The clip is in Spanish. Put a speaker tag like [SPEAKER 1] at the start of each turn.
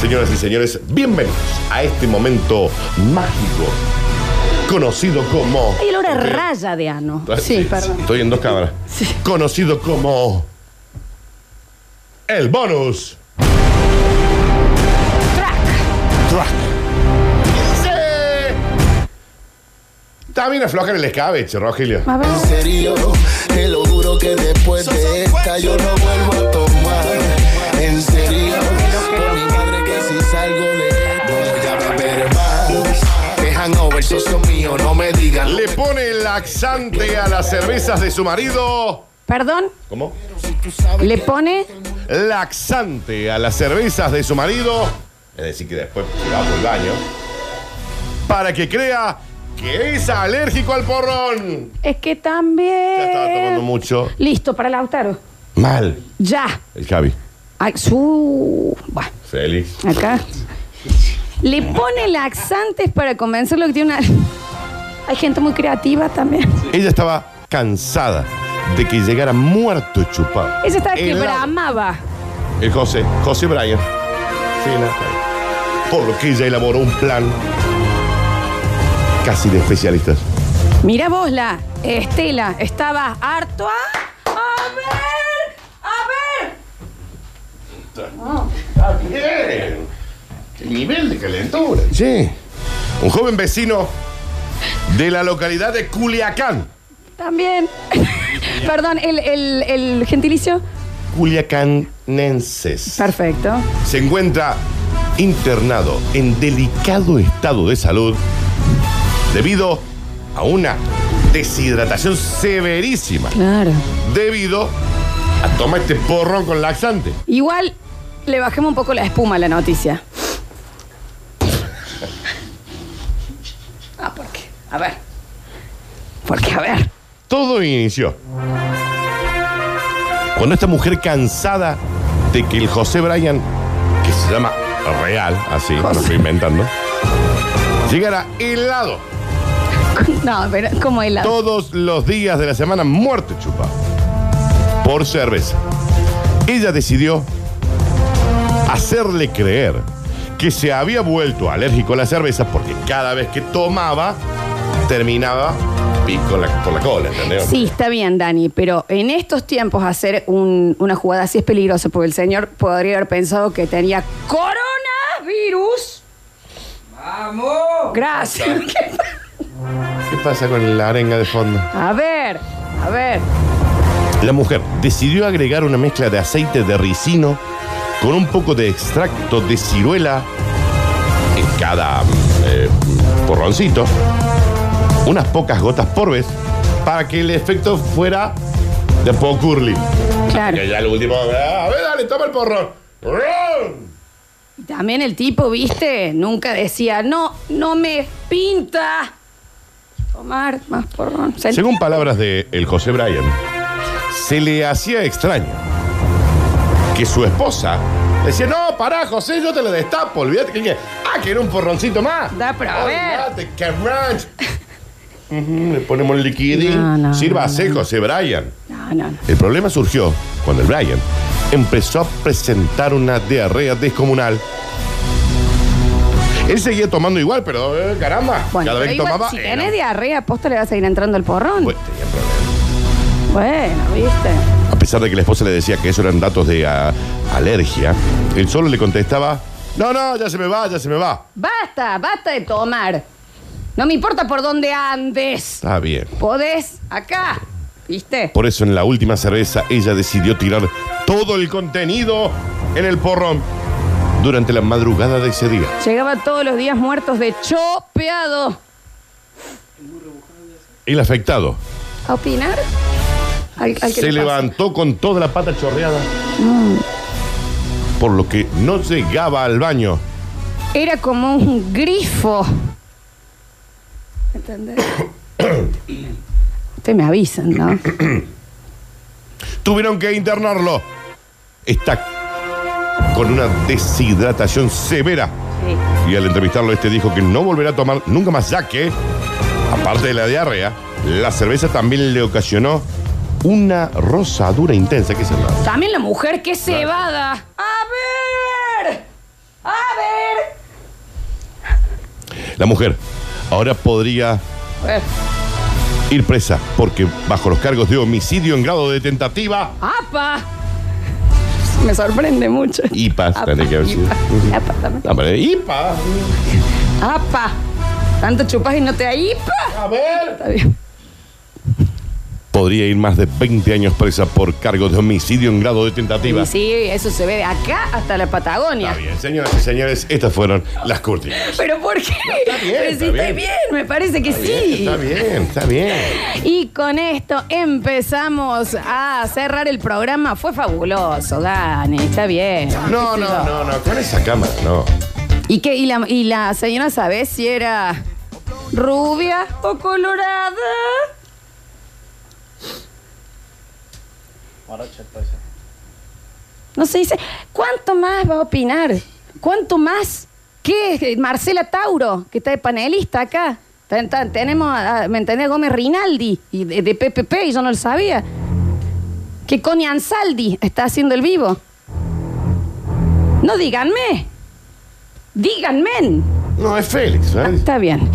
[SPEAKER 1] Señoras y señores, bienvenidos a este momento mágico conocido como.
[SPEAKER 2] Hay olor a raya de ano. Sí, perdón.
[SPEAKER 1] Estoy en dos cámaras. Conocido como. El bonus
[SPEAKER 2] Track.
[SPEAKER 1] track. Sí. También aflojan el escabeche, Rogelio.
[SPEAKER 2] A ver.
[SPEAKER 3] serio, te lo juro que después de esta yo no vuelvo a tomar. En serio, por mi madre que si salgo de esto voy a beber más. De hangover, socio mío, no me digan.
[SPEAKER 1] Le pone laxante a las cervezas de su marido.
[SPEAKER 2] Perdón,
[SPEAKER 1] ¿Cómo?
[SPEAKER 2] le pone.
[SPEAKER 1] Laxante a las cervezas de su marido. Es decir, que después se va por el baño. Para que crea que es alérgico al porrón.
[SPEAKER 2] Es que también.
[SPEAKER 1] Ya estaba tomando mucho.
[SPEAKER 2] Listo para Lautaro.
[SPEAKER 1] Mal.
[SPEAKER 2] Ya.
[SPEAKER 1] El Javi.
[SPEAKER 2] Ay, su. Bueno,
[SPEAKER 1] Félix.
[SPEAKER 2] acá. Le pone laxantes para convencerlo que tiene una. Hay gente muy creativa también.
[SPEAKER 1] Ella estaba cansada de que llegara muerto y chupado.
[SPEAKER 2] Esa estaba que
[SPEAKER 1] Helado.
[SPEAKER 2] bramaba.
[SPEAKER 1] El José, José Bryan. Sí, no, está bien. Por lo que ella elaboró un plan casi de especialistas.
[SPEAKER 2] Mira vos, la Estela, estaba harto a. A ver, a ver.
[SPEAKER 1] Está bien. El nivel de calentura. Sí. Un joven vecino de la localidad de Culiacán.
[SPEAKER 2] También. Perdón, el, el, el gentilicio.
[SPEAKER 1] Culiacanenses.
[SPEAKER 2] Perfecto.
[SPEAKER 1] se encuentra internado en delicado estado de salud debido a una deshidratación severísima,
[SPEAKER 2] Claro.
[SPEAKER 1] debido a tomar este porrón con laxante.
[SPEAKER 2] Igual le bajemos un poco la espuma a la noticia. Ah, ¿por qué? A ver. Porque, a ver.
[SPEAKER 1] Todo inició cuando esta mujer cansada de que el José Bryan, que se llama Real, así, no lo estoy inventando, llegara helado
[SPEAKER 2] No, pero como el
[SPEAKER 1] todos los días de la semana muerte chupa por cerveza. Ella decidió hacerle creer que se había vuelto alérgico a la cerveza porque cada vez que tomaba terminaba pico la- por la cola, ¿entendés?
[SPEAKER 2] Sí, está bien, Dani, pero en estos tiempos hacer un- una jugada así es peligroso porque el señor podría haber pensado que tenía coronavirus. ¡Vamos! Gracias.
[SPEAKER 1] ¿Qué pasa con la arenga de fondo?
[SPEAKER 2] A ver, a ver.
[SPEAKER 1] La mujer decidió agregar una mezcla de aceite de ricino con un poco de extracto de ciruela en cada mm, eh, porroncito, unas pocas gotas por vez, para que el efecto fuera de poco curly.
[SPEAKER 2] Claro.
[SPEAKER 1] Que ya el último. "Ah, A ver, dale, toma el porrón. ¡Rum!
[SPEAKER 2] También el tipo, viste, nunca decía, no, no me pinta tomar más porrón. Se-
[SPEAKER 1] Según palabras de el José Bryan, se le hacía extraño que su esposa decía, no, pará, José, yo te lo destapo, olvídate que... Ah, que era un porroncito más.
[SPEAKER 2] Da, pero a ver.
[SPEAKER 1] Olvídate, cabrón. Ujú, Le ponemos el liquidín.
[SPEAKER 2] No, no,
[SPEAKER 1] Sírvase, José Bryan.
[SPEAKER 2] No, no, no.
[SPEAKER 1] El problema surgió cuando el Bryan empezó a presentar una diarrea descomunal. Él seguía tomando igual, pero eh, caramba,
[SPEAKER 2] Bueno,
[SPEAKER 1] cada vez
[SPEAKER 2] pero
[SPEAKER 1] que
[SPEAKER 2] igual,
[SPEAKER 1] tomaba...
[SPEAKER 2] si
[SPEAKER 1] era-
[SPEAKER 2] tenés diarrea, posta le va a seguir entrando el porrón.
[SPEAKER 1] Pues, tenía problemas.
[SPEAKER 2] Bueno, viste.
[SPEAKER 1] A pesar de que la esposa le decía que eso eran datos de ah, alergia, él solo le contestaba, no, no, ya se me va, ya se me va.
[SPEAKER 2] Basta, basta de tomar. No me importa por dónde andes.
[SPEAKER 1] Está Ah, bien.
[SPEAKER 2] Podés acá, viste.
[SPEAKER 1] Por eso en la última cerveza ella decidió tirar todo el contenido en el porrón durante la madrugada de ese día.
[SPEAKER 2] Llegaba todos los días muertos de chopeado.
[SPEAKER 1] El afectado
[SPEAKER 2] ¿A opinar? Al- al que
[SPEAKER 1] se
[SPEAKER 2] le pase.
[SPEAKER 1] levantó con toda la pata chorreada, por lo que no llegaba al baño.
[SPEAKER 2] Era como un grifo. ¿Entendés? Ustedes me avisan, ¿no?
[SPEAKER 1] Tuvieron que internarlo. Está con una deshidratación severa.
[SPEAKER 2] Sí.
[SPEAKER 1] Y al entrevistarlo, este dijo que no volverá a tomar nunca más, ya que, aparte de la diarrea, la cerveza también le ocasionó una rosadura intensa. ¿Qué es el lado?
[SPEAKER 2] También la mujer que cebada. A ver. A
[SPEAKER 1] La mujer ahora podría
[SPEAKER 2] Eh,
[SPEAKER 1] ir presa porque bajo los cargos de homicidio en grado de tentativa
[SPEAKER 2] ¡Apa! Me sorprende mucho.
[SPEAKER 1] IPA
[SPEAKER 2] Apa,
[SPEAKER 1] tendría que haber sido.
[SPEAKER 2] Ah, IPA. Apa, también.
[SPEAKER 1] Ah, pero IPA.
[SPEAKER 2] ¡Apa! Tanto chupas y no te da IPA.
[SPEAKER 1] A ver.
[SPEAKER 2] Está bien.
[SPEAKER 1] Podría ir más de 20 años presa por cargos de homicidio en grado de tentativa.
[SPEAKER 2] Y sí, eso se ve de acá hasta la Patagonia.
[SPEAKER 1] Está bien, señoras y señores, estas fueron las curtis.
[SPEAKER 2] ¿Pero por qué?
[SPEAKER 1] está bien,
[SPEAKER 2] Pero sí
[SPEAKER 1] está
[SPEAKER 2] estoy
[SPEAKER 1] bien.
[SPEAKER 2] bien, me parece que sí.
[SPEAKER 1] Está bien, está bien.
[SPEAKER 2] Y con esto empezamos a cerrar el programa. Fue fabuloso, Dani, está bien.
[SPEAKER 1] No, no, no, no, con esa cámara, no.
[SPEAKER 2] ¿Y qué? ¿Y la, y la señora sabe si era rubia o colorada? No se dice, ¿cuánto más va a opinar? ¿Cuánto más? ¿Qué? es? Marcela Tauro, que está de panelista acá. Ten- ten- Tenemos, a- a- ¿me entendés? Gómez Rinaldi, y de, de PPP, y yo no lo sabía. Que Connie Ansaldi está haciendo el vivo. No, díganme. Díganme.
[SPEAKER 1] No, es Félix,
[SPEAKER 2] Ah,
[SPEAKER 1] ¿sabes?
[SPEAKER 2] Está bien.